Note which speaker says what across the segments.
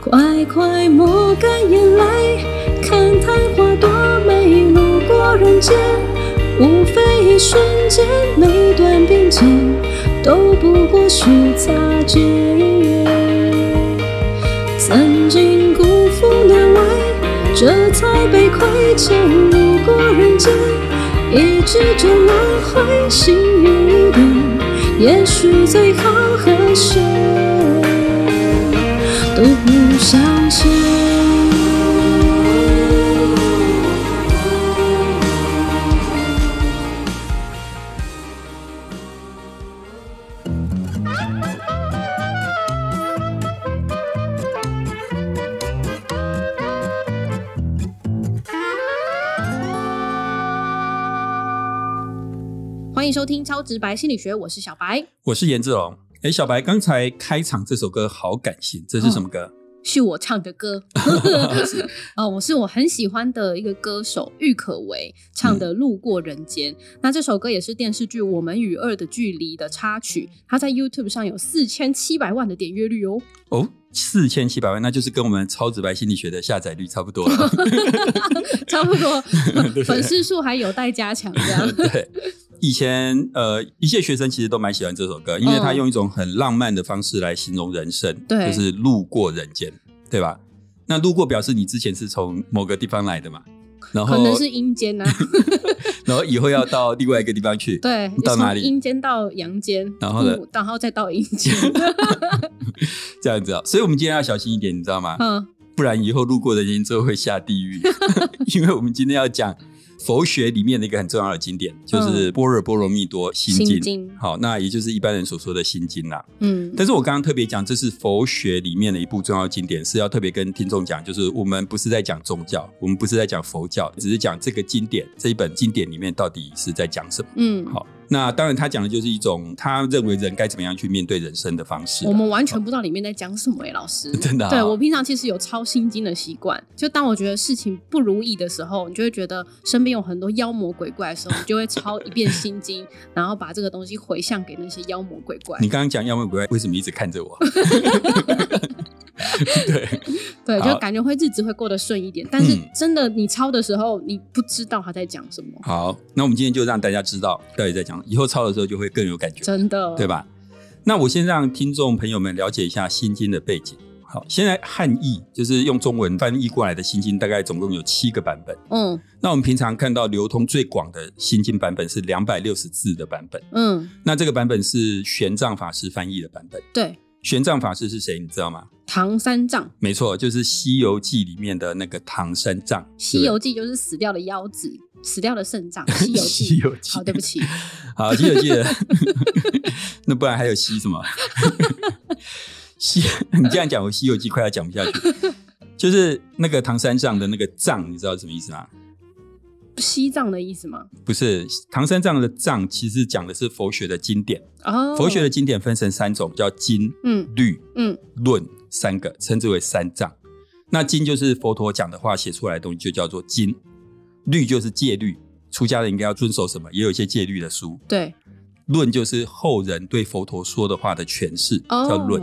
Speaker 1: 快快抹干眼泪，看昙花多美，路过人间，无非一瞬间，每段并肩都不过是擦肩。曾经辜负难为，这才被亏欠，路过人间，一直就轮回，幸运一点，也许最好和谐。都不相信。
Speaker 2: 欢迎收听《超直白心理学》，我是小白，
Speaker 3: 我是颜志龙。哎，小白，刚才开场这首歌好感性，这是什么歌？
Speaker 2: 是我唱的 歌。呃，我是我很喜欢的一个歌手郁可唯唱
Speaker 3: 嗯
Speaker 2: 的《路过人间》那这首歌也是电视剧《我们与恶的距离》的插曲，它在 YouTube 上有四千七百万的点阅率 哦。
Speaker 3: 哦，四千七百万，那就是跟我们超直白心理学的下载率差不多了。
Speaker 2: 差不多
Speaker 3: 对，
Speaker 2: 粉丝数还有待加强。这样，
Speaker 3: 对，以前呃，一些学生其实都蛮喜欢这首歌，因为他用一种很浪漫的方式来形容人生，
Speaker 2: 嗯对
Speaker 3: 就是路过人间，对吧？那路过表示你之前是从某个地方来的嘛，然
Speaker 2: 可
Speaker 3: 后
Speaker 2: 能是阴间呐、啊，
Speaker 3: 然后以后要到另外一个地方去，
Speaker 2: 对，
Speaker 3: 到哪里
Speaker 2: 从阴间到阳间，
Speaker 3: 然后呢
Speaker 2: 嗯然后再到阴 间，
Speaker 3: 这样子啊、所以我们今天要小心一点，你知道吗？
Speaker 2: 嗯，
Speaker 3: 不然以后路过的人之后会下 地狱，因为我们今天要讲佛学里面的一个很重要的经典，就是《般若波罗蜜多心经》
Speaker 2: 嗯心经
Speaker 3: 好，那也就是一般人所说的心经啦、
Speaker 2: 嗯，
Speaker 3: 但是我刚刚特别讲，这是佛学里面的一部重要经典，是要特别跟听众讲，就是我们不是在讲宗教，我们不是在讲佛教，只是讲这个经典这一本经典里面到底是在讲什么。
Speaker 2: 嗯，
Speaker 3: 好，那当然他讲的就是一种他认为人该怎么样去面对人生的方式啦。
Speaker 2: 我们完全不知道里面在讲什么诶、老师。
Speaker 3: 真的啊
Speaker 2: 对我平常其实有抄心经的习惯，就当我觉得事情不如意的时候，你就会觉得身边有很多妖魔鬼怪的时候，你就会抄一遍心经，然后把这个东西回向给那些妖魔鬼怪
Speaker 3: 你。刚刚讲妖魔鬼怪，为什么一直看着我？对，
Speaker 2: 对，
Speaker 3: 好
Speaker 2: 就感觉会日子会过得顺一点。但是
Speaker 3: 嗯
Speaker 2: 真的你抄的时候，你不知道他在讲什么，
Speaker 3: 好，那我们今天就让大家知道到底在讲，以后抄的时候就会更有感觉。
Speaker 2: 真的。
Speaker 3: 对吧？那我先让听众朋友们了解一下《心经》的背景。好，现在汉译就是用中文翻译过来的《心经》，大概总共有七个版本。
Speaker 2: 嗯
Speaker 3: 那我们平常看到流通最广的《心经》版本是两百六十字的版本，
Speaker 2: 嗯，
Speaker 3: 那这个版本是玄奘法师翻译的版本。
Speaker 2: 对，
Speaker 3: 玄奘法师是谁？你知道吗？
Speaker 2: 唐三藏，《
Speaker 3: 没错，就是《西游记》里面的那个唐三藏。
Speaker 2: 西游
Speaker 3: 对
Speaker 2: 记》就是死掉的妖子，死掉的肾 脏，《西游记》。
Speaker 3: 西游记
Speaker 2: 好，对不起，
Speaker 3: 不对，好，《西游记》的。 那不然还有西什么？ 西，你这样讲，我《西游记》快要讲不下去。就是那个唐三藏的那个藏，你知道是什么意思吗？
Speaker 2: 西藏的意思吗？
Speaker 3: 不是唐三藏的藏，其实讲的是佛学的经典。
Speaker 2: 哦，
Speaker 3: 佛学的经典分成三种，叫经、
Speaker 2: 嗯
Speaker 3: 律、
Speaker 2: 嗯
Speaker 3: 论三个，称之为三藏。那经就是佛陀讲的话写出来的东西，就叫做经；律就是戒律，出家人应该要遵守什么，也有一些戒律的书。
Speaker 2: 对，
Speaker 3: 论就是后人对佛陀说的话的诠释，
Speaker 2: 哦，
Speaker 3: 叫论。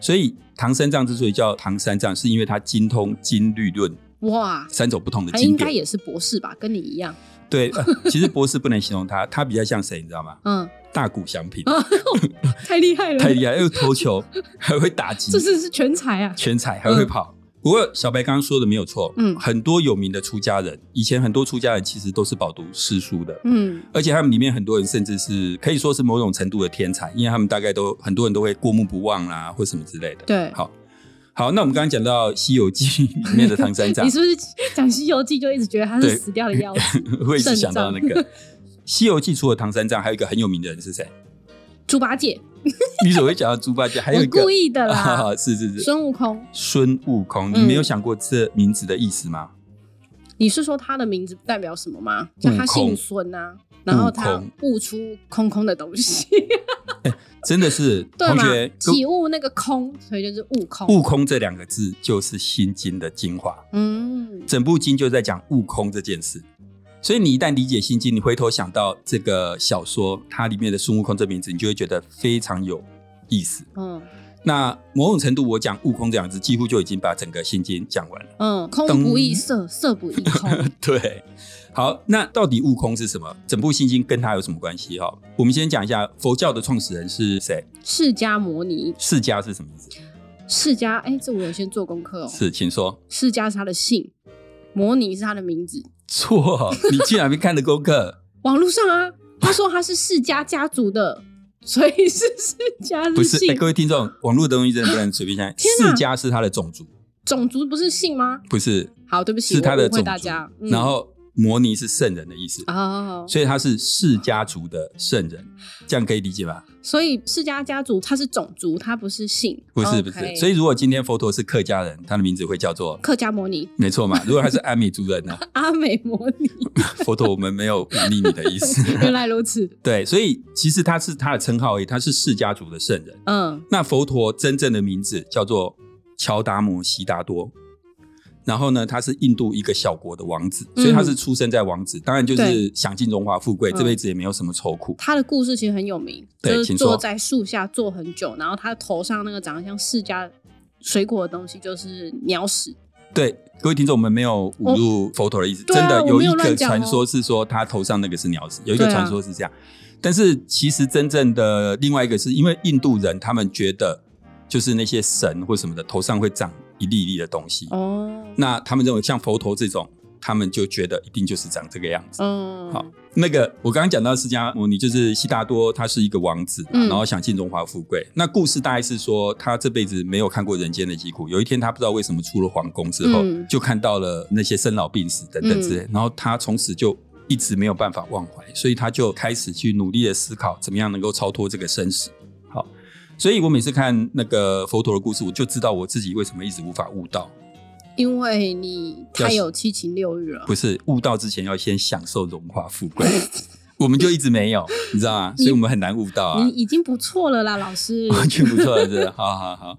Speaker 3: 所以唐三藏之所以叫唐三藏，是因为他精通经律论
Speaker 2: 哇，
Speaker 3: 三种不同的
Speaker 2: 他
Speaker 3: 经
Speaker 2: 哎应该
Speaker 3: 典。
Speaker 2: 也是博士吧，跟你一样，
Speaker 3: 对、 呃其实博士不能形容他，他比较像谁，你知道吗？
Speaker 2: 嗯，
Speaker 3: 大谷翔平，
Speaker 2: 啊太厉害了，
Speaker 3: 太厉害，又投 球，还会打击
Speaker 2: 这，是是全才啊，
Speaker 3: 全才，还会跑。不过小白刚刚说的没有错，
Speaker 2: 嗯
Speaker 3: 很多有名的出家人，以前很多出家人其实都是饱读诗书的，
Speaker 2: 嗯
Speaker 3: 而且他们里面很多人甚至是可以说是某种程度的天才，因为他们大概都很多人都会过目不忘啦，或什么之类的。
Speaker 2: 对
Speaker 3: 好，好，那我们刚刚讲到《西游记》里面的唐三 藏
Speaker 2: 你，是不是讲《西游记》就一直觉得他
Speaker 3: 对
Speaker 2: 是死掉的妖子？
Speaker 3: 会一直想到那个《西游记》除了唐三藏，还有一个很有名的人是 谁？
Speaker 2: 猪八戒，
Speaker 3: 你怎么会讲到猪八戒？还有
Speaker 2: 我
Speaker 3: 一个
Speaker 2: 故意的啦，
Speaker 3: 啊，是是是，
Speaker 2: 孙悟空，
Speaker 3: 孙悟空，你
Speaker 2: 嗯
Speaker 3: 没有想过这名字的意思吗？
Speaker 2: 你是说他的名字代表什么吗？就他
Speaker 3: 悟
Speaker 2: 姓
Speaker 3: 空
Speaker 2: 孙啊，然后他
Speaker 3: 悟空
Speaker 2: 悟出空空的东 西，
Speaker 3: 真的是
Speaker 2: 对
Speaker 3: 同
Speaker 2: 吗
Speaker 3: 学？，
Speaker 2: 起悟那个空，所以就是悟空，
Speaker 3: 悟空这两个字就是《心经》的精华。
Speaker 2: 嗯，
Speaker 3: 整部经就在讲悟空这件事。所以你一旦理解《心经》，你回头想到这个小说，它里面的孙悟空这名字，你就会觉得非常有意思。
Speaker 2: 嗯，
Speaker 3: 那某种程度，我讲“悟空”这两个字，几乎就已经把整个心经讲完了。
Speaker 2: 嗯，空
Speaker 3: 噔
Speaker 2: 不异色，色不异空。
Speaker 3: 对，好，那到底悟空是什么？整部《心经》跟他有什么关系？哈，我们先讲一下佛教的创始人是谁？
Speaker 2: 释迦摩尼，
Speaker 3: 释迦是什么意思？
Speaker 2: 释迦，哎，这我有先做功课哦。
Speaker 3: 是，请说。
Speaker 2: 释迦是他的姓，摩尼是他的名字。
Speaker 3: 错，你竟然没看的功 课？
Speaker 2: 网络上啊，他说他是释迦家族的，所以是释迦
Speaker 3: 不是，
Speaker 2: 姓
Speaker 3: 哎，。各位听众，网络的东西真的不能随便想。
Speaker 2: 天
Speaker 3: 释
Speaker 2: 哪
Speaker 3: 迦是他的种族，
Speaker 2: 种族不是姓吗？
Speaker 3: 不是，
Speaker 2: 好，对不起，
Speaker 3: 是他的
Speaker 2: 我误会
Speaker 3: 种
Speaker 2: 大
Speaker 3: 族
Speaker 2: 家。。嗯
Speaker 3: 然后摩尼是圣人的意思，
Speaker 2: 哦，
Speaker 3: 所以他是释迦族的圣人，这样可以理解吧？
Speaker 2: 所以释迦家族它是种族，它不是姓。
Speaker 3: 不是
Speaker 2: OK
Speaker 3: 不是，所以如果今天佛陀是客家人，他的名字会 叫做
Speaker 2: 客家摩尼、
Speaker 3: 没错嘛。如果他是阿美族 人呢？
Speaker 2: 阿美摩尼，
Speaker 3: 佛陀，我们没有忤逆你的意思。
Speaker 2: 原来如此。
Speaker 3: 对，所以其实他是他的称号而已，他是释迦族的圣人。
Speaker 2: 嗯，
Speaker 3: 那佛陀真正的名字叫做乔达摩悉达多，然后呢，他是印度一个小国的王子，所以他是出生在王子，当然就是
Speaker 2: 嗯对
Speaker 3: 享尽荣华富贵，
Speaker 2: 嗯
Speaker 3: 这辈子也没有什么愁苦。
Speaker 2: 他的故事其实很有名，
Speaker 3: 对
Speaker 2: 就是
Speaker 3: 请
Speaker 2: 坐
Speaker 3: 说
Speaker 2: 在树下坐很久，然后他头上那个长得像释迦水果的东西就是鸟屎。
Speaker 3: 对，各位听众，我们没有侮辱佛陀的意思，
Speaker 2: 哦对啊
Speaker 3: 真的
Speaker 2: 我
Speaker 3: 有
Speaker 2: 没
Speaker 3: 一
Speaker 2: 有
Speaker 3: 个
Speaker 2: 乱讲哦
Speaker 3: 传说是说他头上那个是鸟屎，有一个
Speaker 2: 对啊
Speaker 3: 传说是这样，但是其实真正的另外一个是因为印度人他们觉得就是那些神或什么的头上会长一粒一粒的东西，
Speaker 2: 哦，
Speaker 3: 那他们认为像佛陀这种，他们就觉得一定就是长这个样子。
Speaker 2: 嗯，
Speaker 3: 好，那个我刚刚讲到释迦牟尼，就是悉达多，他是一个王子嘛，
Speaker 2: 嗯
Speaker 3: 然后享尽荣华富贵。那故事大概是说，他这辈子没有看过人间的疾苦。有一天，他不知道为什么出了皇宫之后，
Speaker 2: 嗯
Speaker 3: 就看到了那些生老病死等等之类，然后他从此就。一直没有办法忘怀，所以他就开始去努力的思考，怎么样能够超脱这个生死。好，所以我每次看那个佛陀的故事，我就知道我自己为什么一直无法悟道。
Speaker 2: 因为你
Speaker 3: 要
Speaker 2: 太
Speaker 3: 是
Speaker 2: 有七情六欲了
Speaker 3: 不。是悟道之前要先享受荣华富贵， 我们就一直没有，你知道吗？所以我们很难悟道啊
Speaker 2: 你，已经不错了啦，老 师。
Speaker 3: 完全不错了，真的，好好好。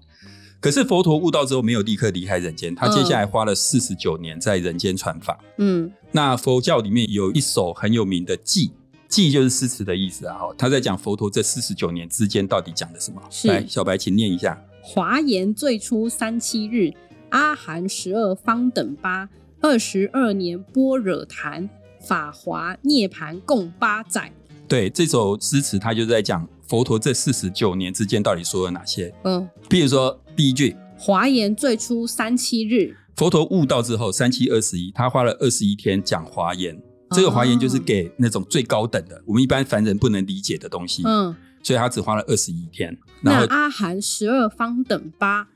Speaker 3: 可是佛陀悟道之后没有立刻离开人间，他接下来花了四十九年在人间传法。
Speaker 2: 嗯
Speaker 3: 那佛教里面有一首很有名的偈，偈就是诗词的意思啊。哈，他在讲佛陀这四十九年之间到底讲的什么？
Speaker 2: 是
Speaker 3: 来，小白，请念一下。
Speaker 2: 华严最初三七日，阿含十二方等八，二十二年般若谈，法华涅盘共八载。
Speaker 3: 对，这首诗词他就在讲佛陀这四十九年之间到底说了哪些。
Speaker 2: 嗯，
Speaker 3: 譬如说第一句，
Speaker 2: 华严最初三七日，
Speaker 3: 佛陀悟道之后，三七二十一，他花了二十一天讲华严。这个华严
Speaker 2: 嗯啊
Speaker 3: 就是给那种最高等的，我们一般凡人不能理解的东西，
Speaker 2: 嗯，
Speaker 3: 所以他只花了二十一天。
Speaker 2: 那
Speaker 3: 然
Speaker 2: 啊
Speaker 3: 后
Speaker 2: 阿含十二方等八，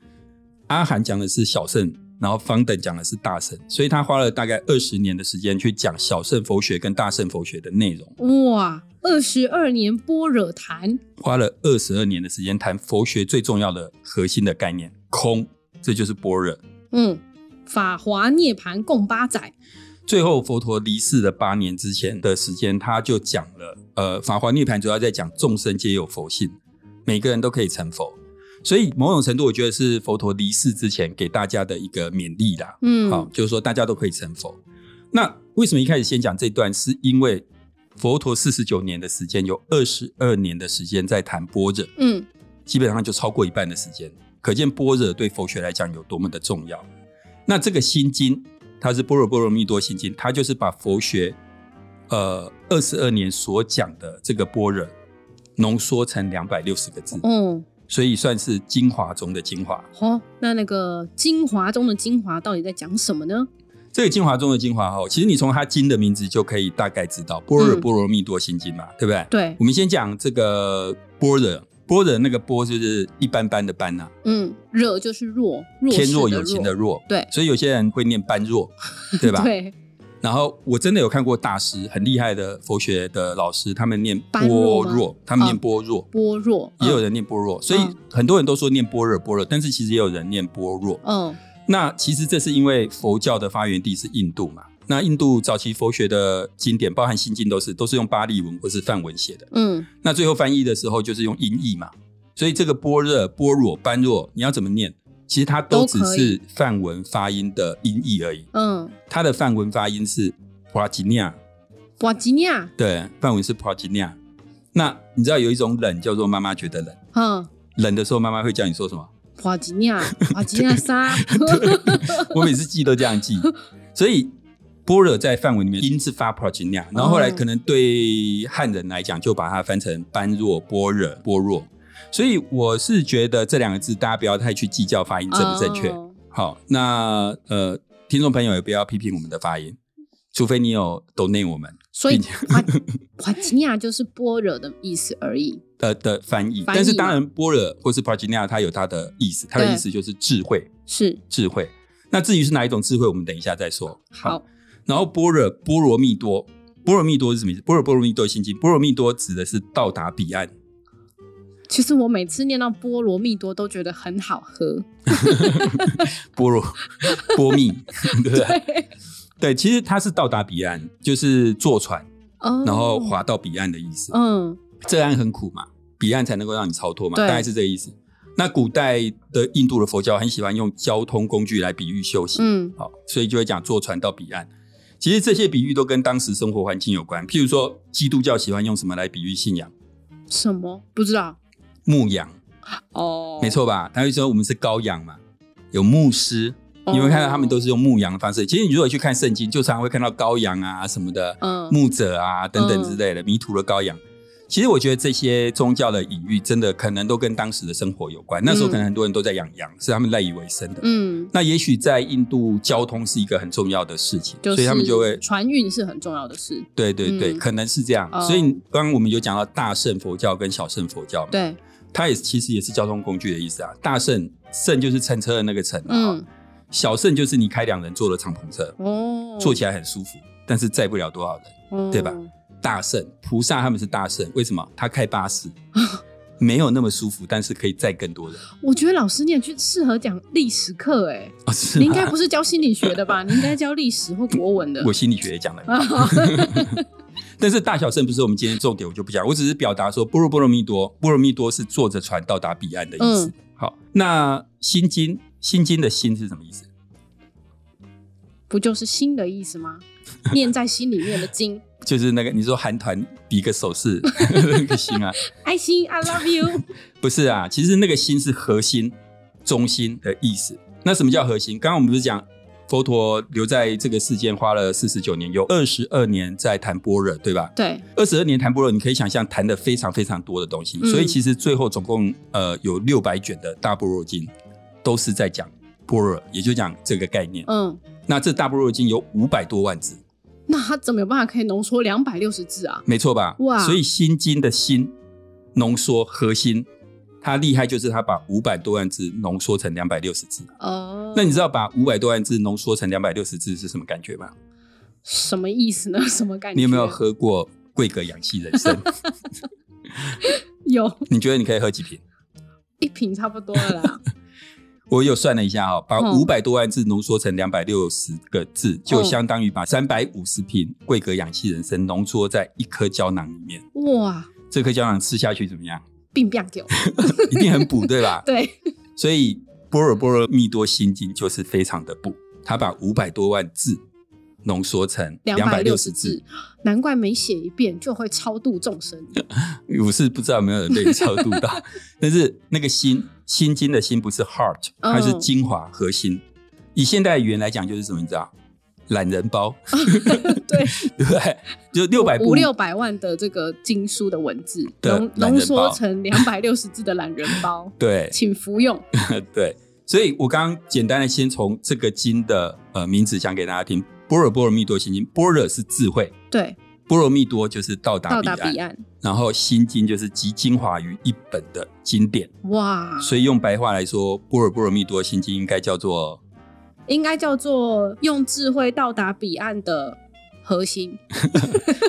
Speaker 3: 阿含讲的是小圣，然后方等讲的是大圣，所以他花了大概二十年的时间去讲小圣佛学跟大圣佛学的内容，
Speaker 2: 哇，二十二年般若谈，
Speaker 3: 花了二十二年的时间谈佛学最重要的核心的概念空，这就是般若。
Speaker 2: 嗯，法华涅盘共八载，
Speaker 3: 最后，佛陀离世的八年之前的时间，他就讲了，呃，《法华涅盘》主要在讲众生皆有佛性，每个人都可以成佛。所以，某种程度，我觉得是佛陀离世之前给大家的一个勉励啦。
Speaker 2: 嗯，
Speaker 3: 好、就是说大家都可以成佛。那为什么一开始先讲这段？是因为佛陀四十九年的时间，有二十二年的时间在谈般若，
Speaker 2: 嗯，
Speaker 3: 基本上就超过一半的时间，可见般若对佛学来讲有多么的重要。那这个心经，它是《般若波罗蜜多心经》，它就是把佛学呃二十二年所讲的这个般若浓缩成两百六十个字，
Speaker 2: 哦，
Speaker 3: 所以算是精华中的精华。
Speaker 2: 好，那那个精华中的精华到底在讲什么呢？
Speaker 3: 这个精华中的精华哦，其实你从它经的名字就可以大概知道《般若波罗蜜多心经》嘛，对不对？
Speaker 2: 对，
Speaker 3: 我们先讲这个般若，般若那个般就是一般般的般呐、
Speaker 2: 嗯，热就是弱，弱
Speaker 3: 天
Speaker 2: 势
Speaker 3: 若
Speaker 2: 的
Speaker 3: 有情的弱，
Speaker 2: 对
Speaker 3: 所以有些人会念 般若，对吧？
Speaker 2: 对，
Speaker 3: 然后我真的有看过大师很厉害的佛学的老师，他们念般
Speaker 2: 般若吗
Speaker 3: 若，他们念
Speaker 2: 哦
Speaker 3: 般若，
Speaker 2: 般若
Speaker 3: 也有
Speaker 2: 嗯
Speaker 3: 人念般若，所以
Speaker 2: 嗯
Speaker 3: 很多人都说念般若般若，但是其实也有人念般若。
Speaker 2: 嗯
Speaker 3: 那其实这是因为佛教的发源地是印度嘛。那印度早期佛学的经典，包含《心经》，都是都是用巴利文或是梵文写的。
Speaker 2: 嗯
Speaker 3: 那最后翻译的时候就是用音译嘛。所以这个般若、般若、般若，你要怎么念？其实它都
Speaker 2: 都
Speaker 3: 只
Speaker 2: 可以
Speaker 3: 是梵文发音的音译而已。
Speaker 2: 嗯，
Speaker 3: 它的梵文发音是 prajna，
Speaker 2: 瓦吉尼亚，
Speaker 3: 对，梵文是 prajna。那你知道有一种冷叫做妈妈觉得冷，
Speaker 2: 嗯，
Speaker 3: 冷的时候，妈妈会叫你说什么？
Speaker 2: 华吉尼亚，华吉尼亚沙，
Speaker 3: 我每次记都这样记，所以。般若在范文里面音是发 p r o j i n a 然后后来可能对汉人来讲，就把它翻成般若、般若、般若。所以我是觉得这两个字大家不要太去计较发音正不正确。
Speaker 2: 哦
Speaker 3: 好，那呃，听众朋友也不要批评我们的发音，除非你有 donate 我们
Speaker 2: 所以
Speaker 3: 并且
Speaker 2: 华华 吉尼亚就是般若的意思而已。
Speaker 3: 的的翻
Speaker 2: 翻
Speaker 3: 译。
Speaker 2: 译嘛
Speaker 3: 但是当然，般若或是 p r o j i n a 它有它的意思，它的
Speaker 2: 对
Speaker 3: 意思就是智慧，
Speaker 2: 是
Speaker 3: 智慧。那至于是哪一种智慧，我们等一下再说。
Speaker 2: 好，
Speaker 3: 然后般若波罗蜜多，波罗蜜多是什么意思？般若波罗蜜多心经，波罗蜜多指的是到达彼岸。
Speaker 2: 其实我每次念到菠萝蜜多都觉得很好喝。
Speaker 3: 波罗波蜜，对不对？对，其实它是到达彼岸，就是坐船，
Speaker 2: 哦，
Speaker 3: 然后滑到彼岸的意思。
Speaker 2: 嗯，
Speaker 3: 这岸很苦嘛，彼岸才能够让你超脱嘛，
Speaker 2: 对
Speaker 3: 大概是这个意思。那古代的印度的佛教很喜欢用交通工具来比喻修行，
Speaker 2: 嗯
Speaker 3: 好，哦所以就会讲坐船到彼岸。其实这些比喻都跟当时生活环境有关，譬如说基督教喜欢用什么来比喻信仰？
Speaker 2: 什么不知道
Speaker 3: 牧羊，
Speaker 2: 哦，
Speaker 3: 没，错吧？他会说我们是羔羊嘛，有牧师，
Speaker 2: 哦
Speaker 3: 你会看到他们都是用牧羊的方式。其实你如果去看圣经，就常常会看到羔羊啊什么的，
Speaker 2: 嗯
Speaker 3: 牧者啊等等之类的，迷途的羔羊。其实我觉得这些宗教的隐喻，真的可能都跟当时的生活有关。那时候可能很多人都在养羊，是他们赖以为生的。
Speaker 2: 嗯，
Speaker 3: 那也许在印度，交通是一个很重要的事情，
Speaker 2: 就是
Speaker 3: 所以他们就会
Speaker 2: 船运是很重要的事。
Speaker 3: 对对对，
Speaker 2: 嗯
Speaker 3: 可能是这样。
Speaker 2: 哦
Speaker 3: 所以刚刚我们有讲到大乘佛教跟小乘佛教嘛，
Speaker 2: 对，
Speaker 3: 它也其实也是交通工具的意思啊。大乘乘就是乘车的那个乘啊，
Speaker 2: 嗯
Speaker 3: 小乘就是你开两人座的敞篷车，
Speaker 2: 哦，
Speaker 3: 坐起来很舒服，但是载不了多少人。
Speaker 2: 哦
Speaker 3: 对吧大圣菩萨他们是大圣，为什么？他开巴 士，没有那么舒服，但是可以载更多人。
Speaker 2: 我觉得老师你也去适合讲历史课哎，
Speaker 3: 哦，是
Speaker 2: 你
Speaker 3: 吗
Speaker 2: 应该不是教心理学的 吧？你应该教历史或国文的。
Speaker 3: 我心理学也讲了，
Speaker 2: 啊，
Speaker 3: 但是大小圣不是我们今天重点，我就不讲，我只是表达说波若波罗蜜多，波罗蜜多是坐着船到达彼岸的意思。
Speaker 2: 嗯
Speaker 3: 好，那心经，心经的心是什么意思？
Speaker 2: 不就是心的意思吗？念在心里面的 经，
Speaker 3: 就是那个你说韩团比个手势 那个心啊，
Speaker 2: 爱心，I love you。
Speaker 3: 不是啊，其实那个心是核心、中心的意思。那什么叫核心？刚刚我们不是讲佛陀留在这个世间花了四十九年，有二十二年在谈般若，对吧？
Speaker 2: 对，
Speaker 3: 二十二年谈般若，你可以想象谈的非常非常多的东西。
Speaker 2: 嗯
Speaker 3: 所以其实最后总共呃有六百卷的大般若经，都是在讲般若，也就讲这个概念。
Speaker 2: 嗯，
Speaker 3: 那这大般若经有五百多万字，
Speaker 2: 那他怎么有办法可以浓缩两百六十字啊？
Speaker 3: 没错吧？
Speaker 2: 哇
Speaker 3: 所以《心经》的“心”浓缩核心，它厉害就是它把五百多万字浓缩成两百六十字。
Speaker 2: 哦，
Speaker 3: 那你知道把五百多万字浓缩成两百六十字是什么感觉吗？
Speaker 2: 什么意思呢？什么感觉？
Speaker 3: 你有没有？喝过桂格氧气人参？
Speaker 2: 有
Speaker 3: 你觉得你可以喝几瓶？
Speaker 2: 一瓶差不多了 啦。
Speaker 3: 我有算了一下哦，把
Speaker 2: 嗯
Speaker 3: 五百多万字浓缩成两百六十个字，就相当于把三百五十瓶桂格氧气人参浓缩在一颗胶囊里面。
Speaker 2: 哇，
Speaker 3: 这颗胶囊吃下去怎么样？
Speaker 2: 病变掉。
Speaker 3: 一定很补，对 吧？
Speaker 2: 对，
Speaker 3: 所以《般若波罗蜜多心经》就是非常的不，他把五百多万字浓缩成
Speaker 2: 两
Speaker 3: 百
Speaker 2: 百六
Speaker 3: 十
Speaker 2: 十字，，难怪每写一遍就会超度众 生。
Speaker 3: 我是不知道有没有人被超度到， 但是那个心心经的心不是 heart，
Speaker 2: 嗯
Speaker 3: 它是精华核心。以现代语言来讲，就是什么？你知道？懒人包，
Speaker 2: 对，
Speaker 3: 对不 对？就六百
Speaker 2: 五
Speaker 3: 部
Speaker 2: 六百万的这个经书的文字，
Speaker 3: 的
Speaker 2: 浓
Speaker 3: 懒人包，
Speaker 2: 浓缩成两百六十字的懒人包
Speaker 3: 对
Speaker 2: 请服用。
Speaker 3: 对，所以我刚刚简单的先从这个经的呃名字讲给大家听，《般若波罗蜜多心经》，般若是智慧，
Speaker 2: 对，
Speaker 3: 波罗蜜多就是到达
Speaker 2: 到
Speaker 3: 彼
Speaker 2: 达
Speaker 3: 岸
Speaker 2: 彼，岸。
Speaker 3: 然后《心经》就是集精华于一本的经典，
Speaker 2: 哇，
Speaker 3: 所以用白话来说，《波若波罗蜜多心经》应该叫做
Speaker 2: 应该叫做用智慧到达彼岸的核心。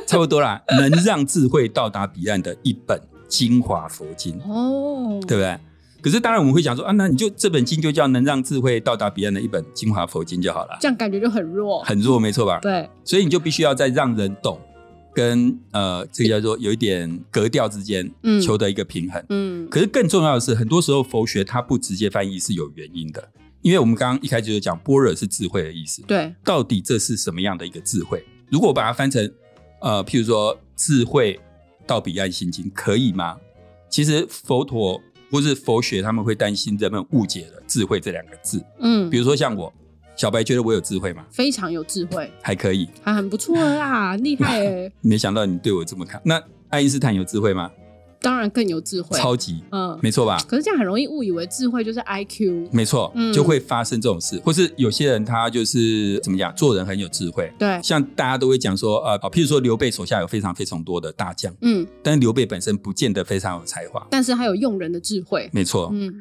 Speaker 3: 差不多啦，能让智慧到达彼岸的一本精华佛经，
Speaker 2: 哦，
Speaker 3: 对不对？可是当然我们会想说啊，那你就这本经就叫能让智慧到达彼岸的一本精华佛经就好了，
Speaker 2: 这样感觉就很弱。
Speaker 3: 很弱没错吧？
Speaker 2: 对，
Speaker 3: 所以你就必须要在让人懂跟呃这个叫做有一点格调之间
Speaker 2: 嗯
Speaker 3: 求得一个平衡。
Speaker 2: 嗯，
Speaker 3: 可是更重要的是，很多时候佛学它不直接翻译是有原因的，因为我们刚刚一开始就讲般若是智慧的意思，
Speaker 2: 对，
Speaker 3: 到底这是什么样的一个智慧？如果把它翻成呃，譬如说智慧到彼岸心经，可以吗？其实佛陀或是佛学，他们会担心人们误解了智慧这两个字。
Speaker 2: 嗯
Speaker 3: 比，如说像我，小白觉得我有智慧吗？
Speaker 2: 非常有智慧，
Speaker 3: 还可以，
Speaker 2: 还很不错啦，厉害 耶！
Speaker 3: 没想到你对我这么看。那爱因斯坦有智慧吗？
Speaker 2: 当然更有智慧，
Speaker 3: 超级，
Speaker 2: 嗯。
Speaker 3: 没错吧？
Speaker 2: 可是这样很容易误以为智慧就是 I Q，
Speaker 3: 没错
Speaker 2: 嗯，
Speaker 3: 就会发生这种事，或是有些人他就是怎么讲，做人很有智慧。
Speaker 2: 对，
Speaker 3: 像大家都会讲说，呃，譬如说刘备手下有非常非常多的大将，
Speaker 2: 嗯，
Speaker 3: 但刘备本身不见得非常有才华。
Speaker 2: 但是他有用人的智慧，
Speaker 3: 没错，
Speaker 2: 嗯，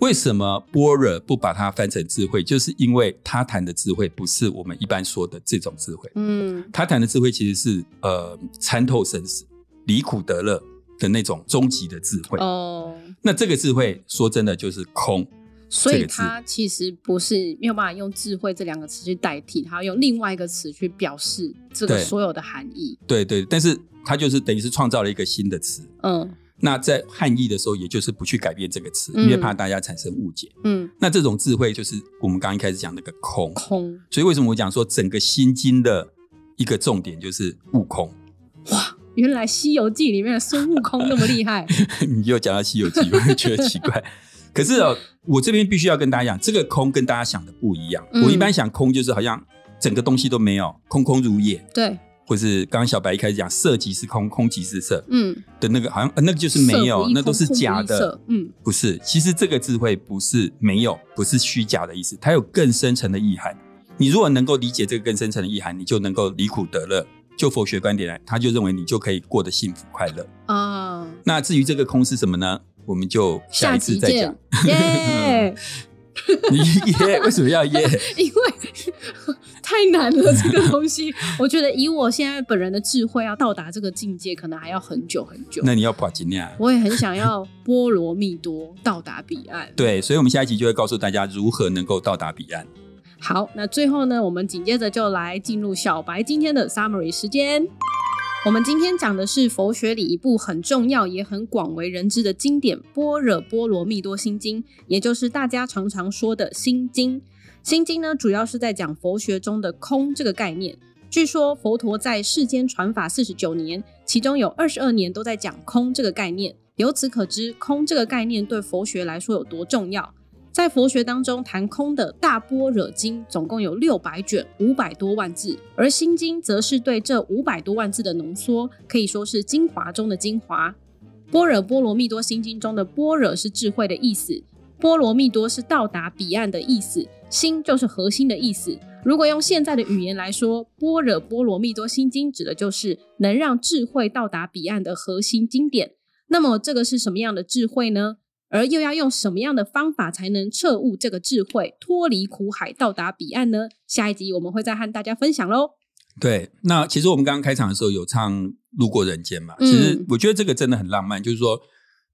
Speaker 3: 为什么般若不把它翻成智慧？就是因为他谈的智慧不是我们一般说的这种智慧，
Speaker 2: 嗯
Speaker 3: 他谈的智慧其实是呃参透生死、离苦得乐的那种终极的智慧。
Speaker 2: 哦，
Speaker 3: 那这个智慧说真的就是空，
Speaker 2: 所以
Speaker 3: 这个字
Speaker 2: 他其实不是没有办法用智慧这两个词去代替，他用另外一个词去表示这个
Speaker 3: 对
Speaker 2: 所有的含义。
Speaker 3: 对对，但是它就是等于是创造了一个新的词。
Speaker 2: 嗯
Speaker 3: 那在汉译的时候，也就是不去改变这个词，
Speaker 2: 嗯
Speaker 3: 因为怕大家产生误解。
Speaker 2: 嗯，
Speaker 3: 那这种智慧就是我们刚刚一开始讲那个空，
Speaker 2: 空
Speaker 3: 所以为什么我讲说整个心经的一个重点就是悟空？
Speaker 2: 原来《西游记》里面的孙悟空那么厉 害，
Speaker 3: 你又讲到《西游记》，我就觉得奇 怪。可是哦，我这边必须要跟大家讲，这个空跟大家想的不一样。
Speaker 2: 嗯
Speaker 3: 我一般想空就是好像整个东西都没有，空空如也，
Speaker 2: 对，
Speaker 3: 或是刚刚小白一开始讲色即是空，空即是色
Speaker 2: 嗯，
Speaker 3: 的那个，好像、呃那个就是没
Speaker 2: 色
Speaker 3: 有
Speaker 2: 不异，
Speaker 3: 那都是
Speaker 2: 空空不异
Speaker 3: 假的
Speaker 2: 色。嗯
Speaker 3: 不是，其实这个智慧不是没有，不是虚假的意思，它有更深层的意涵。你如果能够理解这个更深层的意涵，你就能够离苦得乐。就佛学观点来，他就认为你就可以过得幸福快乐。
Speaker 2: 啊，
Speaker 3: 那至于这个空是什么呢？我们就下一次
Speaker 2: 集
Speaker 3: 再
Speaker 2: 见
Speaker 3: 讲。，
Speaker 2: 耶！
Speaker 3: 你 耶，为什么要耶？
Speaker 2: 因为 太难了，这个东西，我觉得以我现在本人的智慧，要到达这个境界，可能还要很久很久。
Speaker 3: 那你要把吉尼亚。
Speaker 2: 我也很想要波罗蜜多到达彼岸。
Speaker 3: 对，所以我们下一集就会告诉大家如何能够到达彼岸。
Speaker 2: 好，那最后呢，我们紧接着就来进入小白今天的 summary 时间。我们今天讲的是佛学里一部很重要也很广为人知的经典《般若波罗蜜多心经》，也就是大家常常说的《心经》。《心经》呢，主要是在讲佛学中的空这个概念。据说佛陀在世间传法四十九年，其中有二十二年都在讲空这个概念。由此可知，空这个概念对佛学来说有多重要。在佛学当中，谈空的《大般若经》总共有六百卷，五百多万字，而《心经》则是对这五百多万字的浓缩，可以说是精华中的精华。般若波罗蜜多心经中的般若是智慧的意思，波罗蜜多是到达彼岸的意思，心就是核心的意思。如果用现在的语言来说，般若波罗蜜多心经指的就是能让智慧到达彼岸的核心经典。那么这个是什么样的智慧呢？而又要用什么样的方法才能彻悟这个智慧，脱离苦海，到达彼岸呢？下一集我们会再和大家分享喽。
Speaker 3: 对，那其实我们刚刚开场的时候有唱《路过人间》嘛，
Speaker 2: 嗯
Speaker 3: 其实我觉得这个真的很浪漫，就是说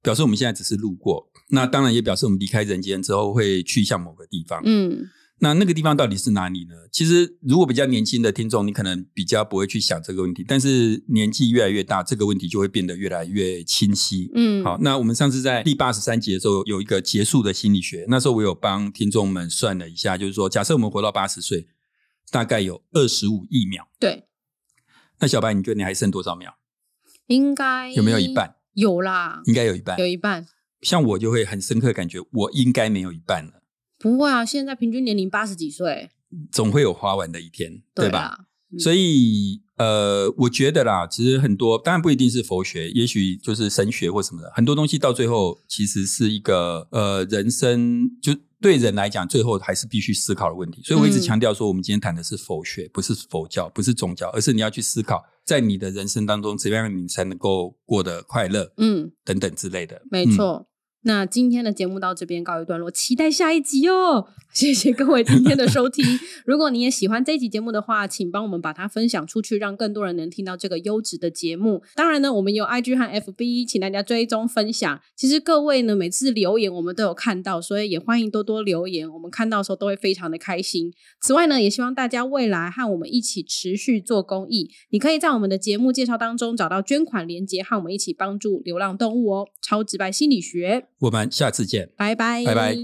Speaker 3: 表示我们现在只是路过，那当然也表示我们离开人间之后会去向某个地方。
Speaker 2: 嗯，
Speaker 3: 那那个地方到底是哪里呢？其实如果比较年轻的听众，你可能比较不会去想这个问题，但是年纪越来越大，这个问题就会变得越来越清晰。
Speaker 2: 嗯
Speaker 3: 好，，那我们上次在第八十三集的时候有一个结束的心理学，那时候我有帮听众们算了一下，就是说，假设我们活到八十岁，大概有二十五亿秒。
Speaker 2: 对，
Speaker 3: 那小白，你觉得你还剩多少秒？
Speaker 2: 应该
Speaker 3: 有没有一半？
Speaker 2: 有啦，
Speaker 3: 应该有一半
Speaker 2: 有。一半。
Speaker 3: 像我就会很深刻感觉，我应该没有一半了，
Speaker 2: 不会啊，现在平均年龄八十几岁，
Speaker 3: 总会有花完的一天，对吧？
Speaker 2: 啦，嗯
Speaker 3: 所以呃，我觉得啦，其实很多当然不一定是佛学，也许就是神学或什么的，很多东西到最后其实是一个呃人生就。对人来讲，最后还是必须思考的问题。所以我一直
Speaker 2: 嗯
Speaker 3: 强调说，我们今天谈的是佛学，不是佛教，不是宗教，而是你要去思考，在你的人生当中，怎么样你才能够过得快乐
Speaker 2: 嗯，
Speaker 3: 等等之类的。
Speaker 2: 没
Speaker 3: 嗯
Speaker 2: 错。那今天的节目到这边告一段落，期待下一集哦！ 谢谢各位今天的收听。如果你也喜欢这一集节目的话，请帮我们把它分享出去，让更多人能听到这个优质的节目。当然呢，我们有 IG 和 FB，请大家追踪分享。其实各位呢，每次留言我们都有看到，所以也欢迎多多留言，我们看到的时候都会非常的开心。此外呢，也希望大家未来和我们一起持续做公益。你可以在我们的节目介绍当中找到捐款链接，和我们一起帮助流浪动物哦。超直白心理学，
Speaker 3: 我们下次见。
Speaker 2: 拜拜，
Speaker 3: 拜拜。